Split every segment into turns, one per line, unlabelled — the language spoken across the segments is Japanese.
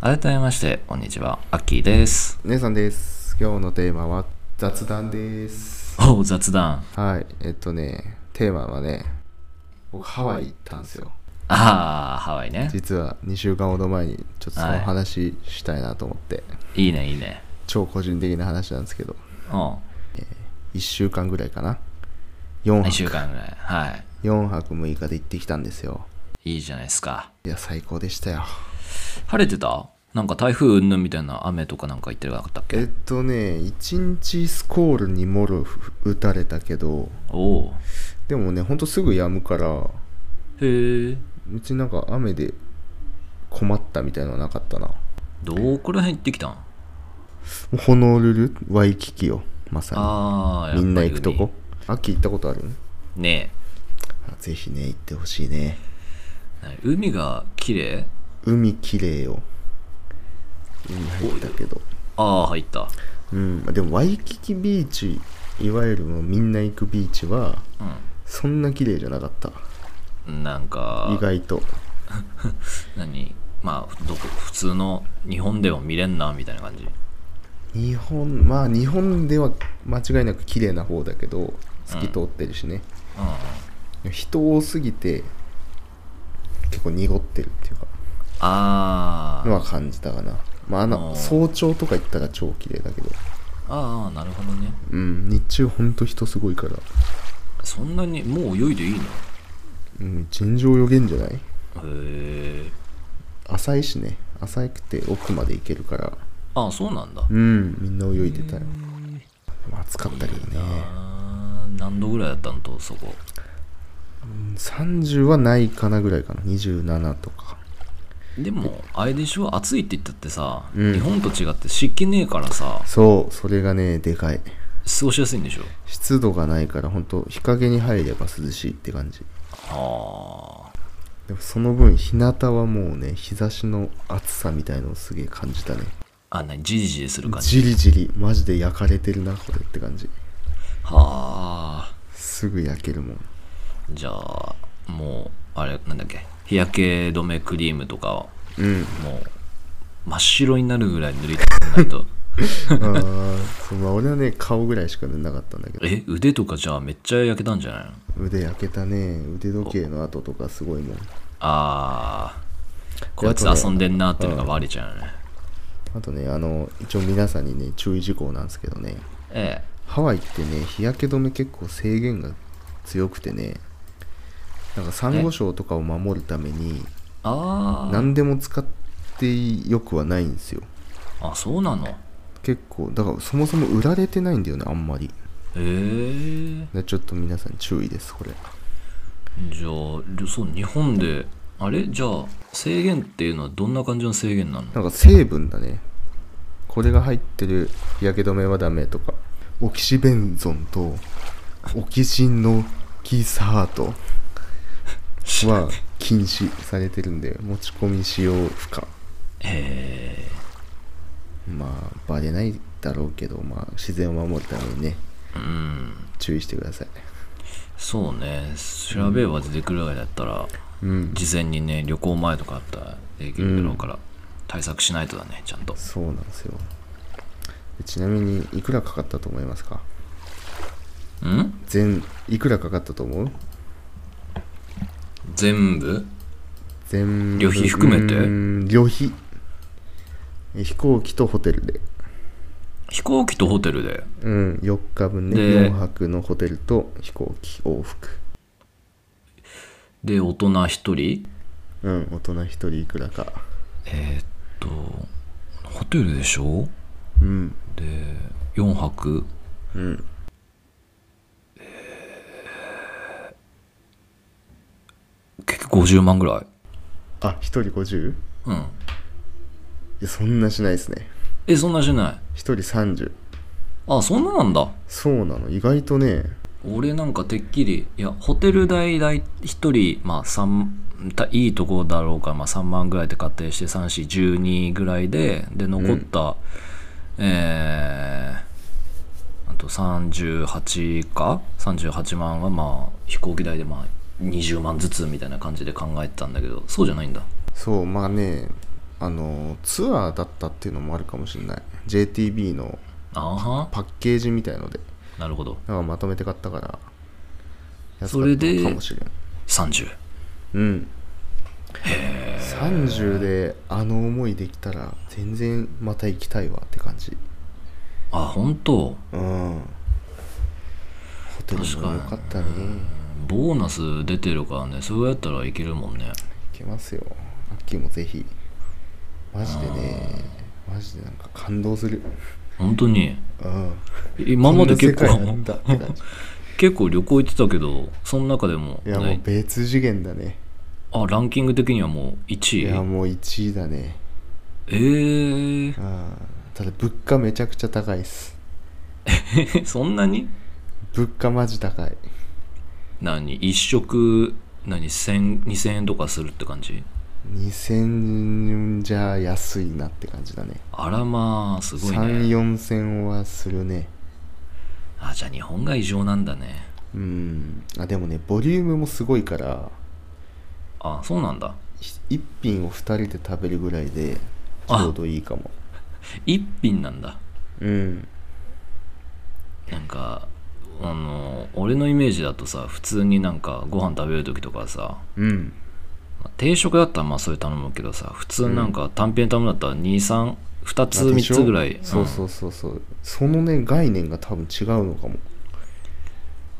改めましてこんにちはアッキーです
姉さんです。今日のテーマは雑談です。
おう雑談
はい、えっとね、テーマはね、僕ハワイ行ったんですよ。
ああハワイね
実は2週間ほど前にちょっとそ
はい
の話したいなと思って、
いいねいいね
超個人的な話なんですけど、
うん
1週間ぐらいかな。4
1
泊
週間ぐらいは
4泊6日で行ってきたんですよ。
いいいじゃないですか
いや、最高でしたよ。
晴れてたなんか台風うんぬんみたいな雨とかなんか言ってなかったっ
え
け
っとね、1日スコールにもろ打たれたけど、
おお
でもね、ほんとすぐ止むから、
うへえ
うちなんか雨で困ったみたいなのはなかったな。も
どこら辺行ってきたん
うホノルル、ワイキキよ、まさ
ああ
に。みんな行くとこ。秋行ったことある
ね
あぜひね、行ってほしいね。
え海が綺麗
海きれいよ。海入ったけど。
ああ入った
うん、でもワイキキビーチ、いわゆるもうみんな行くビーチは、そんな綺麗じゃなかった。
うんなんか
意外と。
何まあどこ普通の日本でも見れんなみたいな感じ
日本まあ日本では間違いなく綺麗な方だけど透き通ってるしね、
うん
人多すぎて結構濁ってるっていうか
あ
の
ー
は感じたかなまああ
あ
の
ー
早朝とか行ったら超綺麗だけど
あーなるほどね
うん日中ほんと人すごいから、
そんなにもう泳いでいいのへ
うん、尋常泳げんじゃない
え
浅いしね浅くて奥まで行けるから
ああそうなんだ
うんみんな泳いでたよ暑かったけどね
あー何度ぐらいだったのとそこ
うん30はないかなぐらいかな27とか
でもあれでしょ暑いって言ったってさ、
うん
日本と違って湿気ねえからさ
そうそれがねでかい
過ごしやすいんでしょ
湿度がないから本当日陰に入れば涼しいって感じ
あ
でもその分日向はもうね日差しの暑さみたいのをすげえ感じたね
ああ何ジリジリする感じ
じりじりマジで焼かれてるなこれって感じ
はあ
すぐ焼けるもん
じゃあもうあれなんだっけ日焼け止めクリームとかは
うん
もう真っ白になるぐらい塗りたくないと
あーそうまあ俺はね顔ぐらいしか塗んなかったんだけど
え腕とかじゃあめっちゃ焼けたんじゃないの
腕焼けたね腕時計の跡とかすごいもん
あーこいつ遊んでんなっていうのがバレちゃうよね
あとねあの一応皆さんにね注意事項なんですけどね
え
ハワイってね日焼け止め結構制限が強くてねなんかサンゴ礁とかを守るために
えあー
何でも使ってよくはないんですよ
あそうなのへ
結構だからそもそも売られてないんだよねあんまり
え
でちょっと皆さん注意ですこれ
じゃありそう日本であれじゃあ制限っていうのはどんな感じの制限なの
なんか成分だねこれが入ってる日焼け止めはダメとかオキシベンゾンとオキシノキサートは禁止されてるんで持ち込み使用不可
へえ
まあバレないだろうけど、まあ、自然を守るためにね
うん
注意してください
そうね調べれば出てくるぐらいだったら、
うん
事前にね旅行前とかあったらできるだろうから、対策しないとだねちゃんと
そうなんですよでちなみにいくらかかったと思いますか
ん
全いくらかかったと思う
全部
全部
旅費含めて
うーん旅費え飛行機とホテルで
飛行機とホテルで
うん4日分ね
で
4泊のホテルと飛行機往復
で大人1人
うん大人1人いくらか
えー、っとホテルでしょ
うん
で4泊
うん
結局50万ぐらい。
あ一人 50? い
うん。
やそんなしないですね
え、そんなしない
一人30
あ、そんななんだ。
そうなの意外とね
俺なんかてっきり、いや、ホテル代代一人、まあ3、たいいとこだろうから、まあ3万ぐらいって仮定して、3、4、12ぐらいで、で、残った、えー、あと38か ?38 万はまあ、飛行機代でまあ、20万ずつみたいな感じで考えてたんだけど、そうじゃないんだ。
そうまあねあのツアーだったっていうのもあるかもしれない JTB の
あは、
パッケージみたいので
なるほど。
なんかまとめて買ったから安
そ
か
れ
った
で
のかもしれん
30。
うん30であの思いできたら全然また行きたいわって感じ
あ、本当
うんホテル
確
も
かに
良かったね
ボーナス出てるからね、そうやったらいけるもんね。
行けますよアッキーもぜひマジでねマジでなんか感動する
本当に。
うん
今まで結
こんな世界な
構、
んだって感じ
結構旅行行ってたけど、その中でも、
いやもう
ね、
別次元だね
あ、ランキング的にはもう
いや
1位。
もう1位だね
えー、
うんただ物価めちゃくちゃ高いっす
そんなに
物価マジ高い
何一食、何千2000円とかするって感じ
2000円じゃ安いなって感じだね
あらまあ、すごいね。
34000はするね
あ、じゃあ日本が異常なんだね。
うんあでもねボリュームもすごいから
あ、そうなんだ。
1品を2人で食べるぐらいでちょうどいいかも
一品なんだ。
うん
なんか、あの、俺のイメージだとさ、普通になんかご飯食べる時とかさ、
うん
まあ定食だったらまあそれ頼むけどさ普通なんか単品頼むんだったら232つ
あでし
3
ょ
つぐらい、
そうそうそうそうそのね概念が多分違うのかも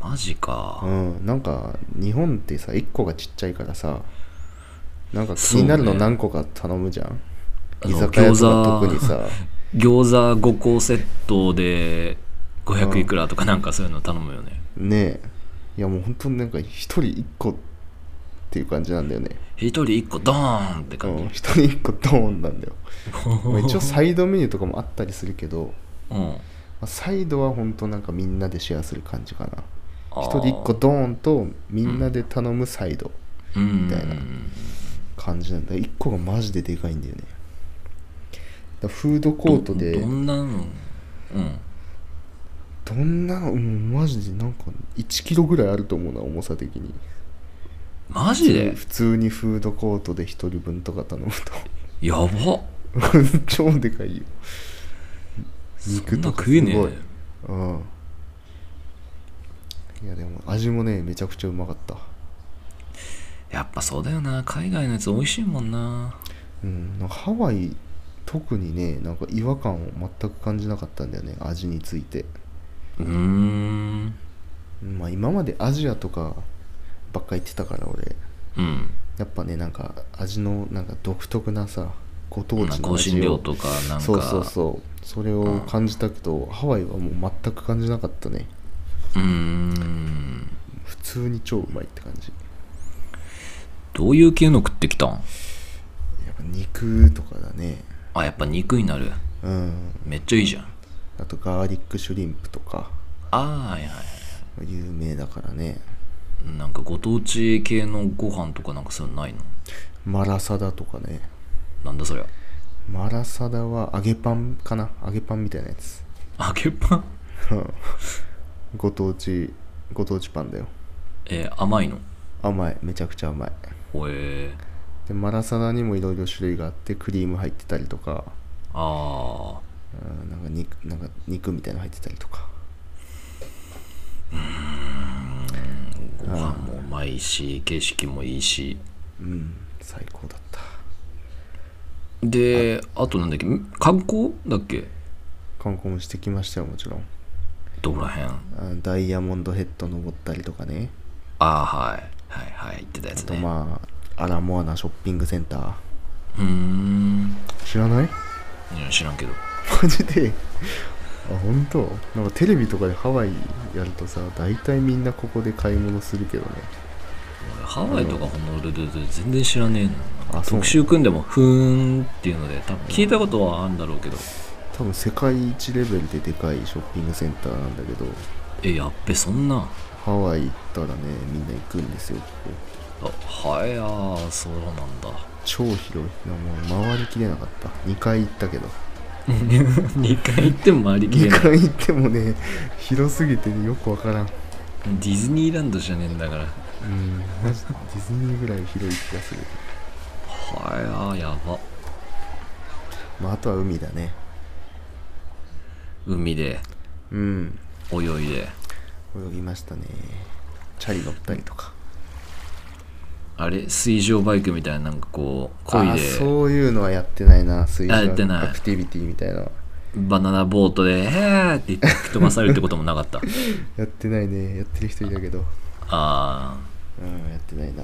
うんマジか、
うんなんか日本ってさ1個がちっちゃいからさなんか気になるの
そうね
何個か頼むじゃん、
あ
居
の
酒屋とか
餃子
特にさ
餃子5個セットで500いくらとかなんかそういうの頼むよね、
ねえいやもう本当になんか一人一個っていう感じなんだよね
一人一個ドーンって
う
感じ、
ん一人一個ドー ンなんだよまあ一応サイドメニューとかもあったりするけど、
うん、
まあサイドは本当なんかみんなでシェアする感じかな
あー
一人一個ドーンとみんなで頼むサイド
うん
みたいな感じなんだ一個がマジででかいんだよねだからフードコートで
どどんなのうん
どんなのうんマジでなんか1キロぐらいあると思うな重さ的に
マジで
普通にフードコートで1人分とか 頼むと
やば
超でかいよ
そ
肉
んな
とか
食え
す
ね
ごい
え
うんいやでも味もねめちゃくちゃうまかった
やっぱそうだよな海外のやつ美味しいもんな
うんなんかハワイ特にねなんか違和感を全く感じなかったんだよね味について
うーん
うんまあ今までアジアとかばっか行ってたから俺
うん
やっぱねなんか味のなんか独特なさご当
なん
地
か
の
香辛
味
料
を
とかなんか
そうそうそうそれを感じたけど、ハワイはもう全く感じなかったね
うーん
普通に超うまいって感じ
どういう系の食ってきたん
やっぱ肉とかだね
あやっぱ肉になる
うん
めっちゃいいじゃん
あとガーリックシュリンプとか
あーはいは
有名だからね
いなんかご当地系のご飯とかなんかそういうのないの
マラサダとかね
なんだそりゃ
マラサダは揚げパンかな揚げパンみたいなやつ
揚げパン
うんご当地ご当地パンだよ
えー甘いの
甘いめちゃくちゃ甘い
ほえー、
でマラサダにもいろいろ種類があってクリーム入ってたりとか
あ
うんなんか肉なんか肉みたいなの入ってたりとか
ーご飯もうまいし景色もいいし
うん最高だった
であとなんだっけん観光だっけ
観光もしてきましたよもちろん
どこら辺
あダイヤモンドヘッド登ったりとかね
ああはいはいはい言ってたやつ
あと
ね
まあアラモアナショッピングセンター
うーん
知らない
いや知らんけど
マジであ本当なんかテレビとかでハワイやるとさ大体みんなここで買い物するけどね
俺ハワイとかホノルルで全然知らねえな
あそう
特集組んでも「ふーん」っていうので多分聞いたことはあるんだろうけど
多分世界一レベルででかいショッピングセンターなんだけど
えやっべそんな
ハワイ行ったらねみんな行くんですよここ
あはやーそうなん だ
超広いなもう回りきれなかった2回行ったけど
2回行っても回りきれ
2
ない
回行ってもね 広すぎてねよくわからん
ディズニーランドじゃねえんだから
うんマジでディズニーぐらい広い気がする、
はやーやば
まあ、あとは海だね
海で
うん
泳いで
泳ぎましたねチャリ乗ったりとか
あれ水上バイクみたいななんかこう
あ
漕
あ
いで
そういうのはやってないな水上
あやってない
アクティビティみたいなのは
バナナボートで「へーって言って吹き飛ばされるってこともなかった
やってないねやってる人いたけど
あー
うんやってないな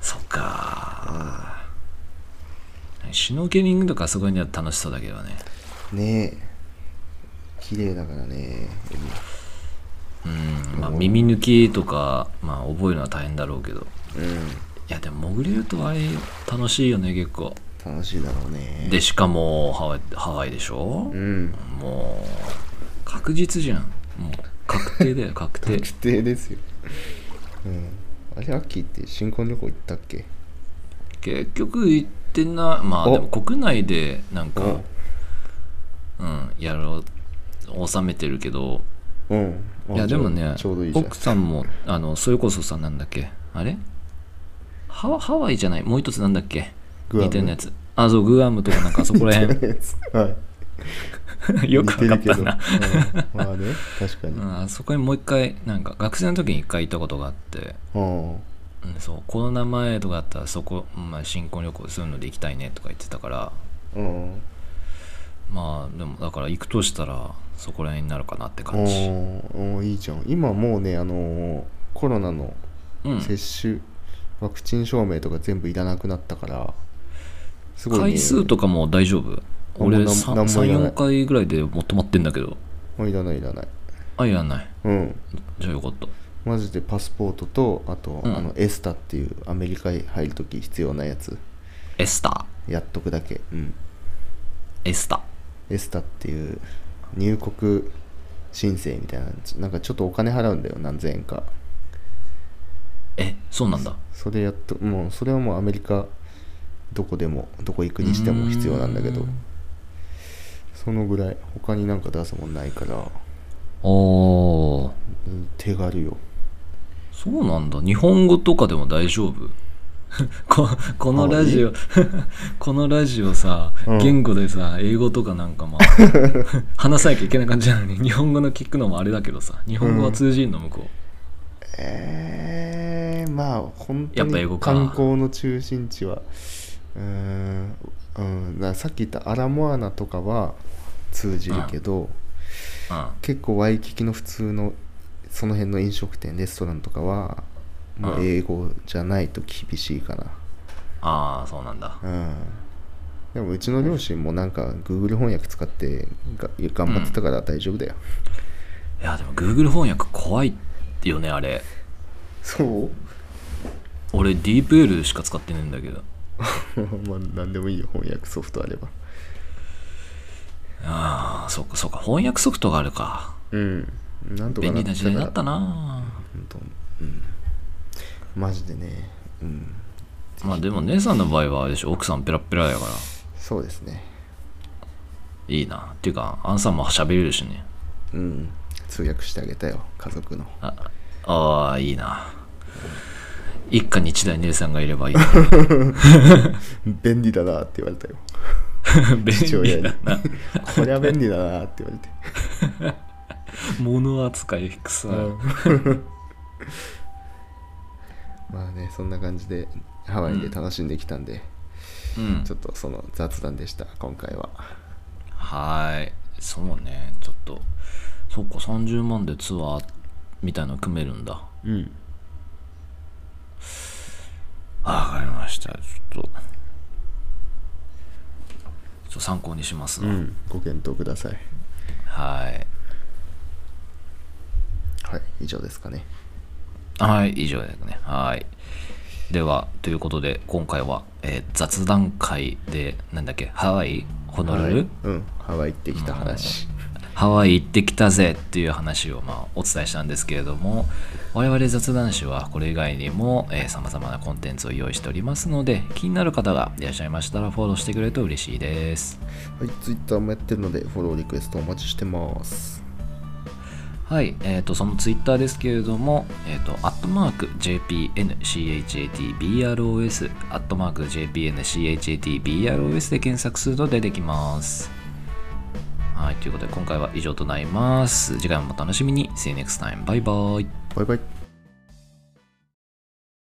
そっかーシュノーケリングとかすごいには楽しそうだけどね
ねえ綺麗だからね海
うんまあ耳抜きとか、まあ、覚えるのは大変だろうけど
う
いやでも潜れるとあれ楽しいよね結構
ん楽しいだろうね
でしかもハワイハワイでしょ、
うん
もう確実じゃんもう確定 だよ確定
確定ですようんあれ秋って新婚旅行行ったっけ
結局行ってないまあ
お
でも国内でなんか
お
うんやろう収めてるけど
うんあ
いや
じ
で
ゃあ
もね
ちょうどいいじゃん
奥さんもあのそれこそさなんだっけあれハワハワイじゃないもう一つなんだっけ
グアム
似てるやつあそうグアムとかなんかそこら 辺
は
よく
似
わかったな
てるけど、うん、まあね確かに
うん、あそこにもう一回なんか学生の時に一回行ったことがあって、
うん
うん、そうコロナ前とかだったらそこ、まあ、新婚旅行するので行きたいねとか言ってたから
うん
まあでもだから行くとしたらそこら辺になるかなって感じ、
おおいいじゃん今もうねあのーコロナの
うん、
接種、ワクチン証明とか全部いらなくなったからすごい、ね、
回数とかも大丈夫
あも
俺
うなんなんもいらない
34回ぐらいでもう止まってんだけど
もういらないいらない
あいらない
うん
じゃあよかった
マジでパスポートとあと、
うん
あのエスタっていうアメリカに入るとき必要なやつ
エスタ
やっとくだけ、うん、
エスタ
エスタっていう入国申請みたいななんかちょっとお金払うんだよ何千円か
えそうなんだ
それやっともうそれはもうアメリカどこでもどこ行くにしても必要なんだけど
うーん
そのぐらい他になんか出すもんないから、
おー
うん手軽よ
そうなんだ日本語とかでも大丈夫 ここのラジオ このラジオさ、
うん
言語でさ英語とかなんかまあ 話さなきゃいけない感じなのに日本語の聞くのもあれだけどさ日本語は通じんの向こう、
えー、まあ本当
やっぱ英語
に
か
観光の中心地はうーんうんなさっき言ったアラモアナとかは通じるけど、
あ
結構ワイキキの普通のその辺の飲食店レストランとかはも
う
うん英語じゃないと厳しいかな
あーそうなんだ
うんでもうちの両親もなんか Google 翻訳使ってが頑張ってたから大丈夫だよ、
いやでも Google 翻訳怖いよねあれ
そう
俺ディープエルしか使ってねえんだけど
まあ何でもいいよ翻訳ソフトあれば
ああそうかそうか翻訳ソフトがあるか
うんなんとか
便利
なっ
な時
たか
代
ら
になったな
本当うんマジでねうん
まあでも姉さんの場合はあれでしょ奥さんペラッペラやから
そうですね
いいなっていうかアンさんも喋れるしね
うん通訳してあげたよ家 族の
ああーいいな一家に一台姉さんがいれば いいな
便利だなって言われたよ父
便
親
利
に
だな
こりゃ便利だなって言われて
物扱いくさい、
まあねそんな感じでハワイで楽しんできたんで、
うん
ちょっとその雑談でした今回は
はーいそうねちょっとそっか30万でツアーみたいの組めるんだ
うん
あわかりましたちょっとちょっと参考にします
う
な、
んご検討ください
はい
はい以上ですかね
あはい、以上ですね。はい。では、ということで、今回は、えー雑談会で、なんだっけ、ハワイ、ホノルル、
はいうんハワイ行ってきた話
ハワイ行ってきたぜっていう話を、まあ、お伝えしたんですけれども我々雑談師はこれ以外にもさまざまなコンテンツを用意しておりますので気になる方がいらっしゃいましたらフォローしてくれると嬉しいです
はい Twitter もやってるのでフォローリクエストお待ちしてます
はい、えー、とそのツイッターですけれども、えー、とアットマーク JPNCHATBROS アットマーク JPNCHATBROS で検索すると出てきますはいということで今回は以上となります次回もお楽しみに See you next time バイバイ
バイバイ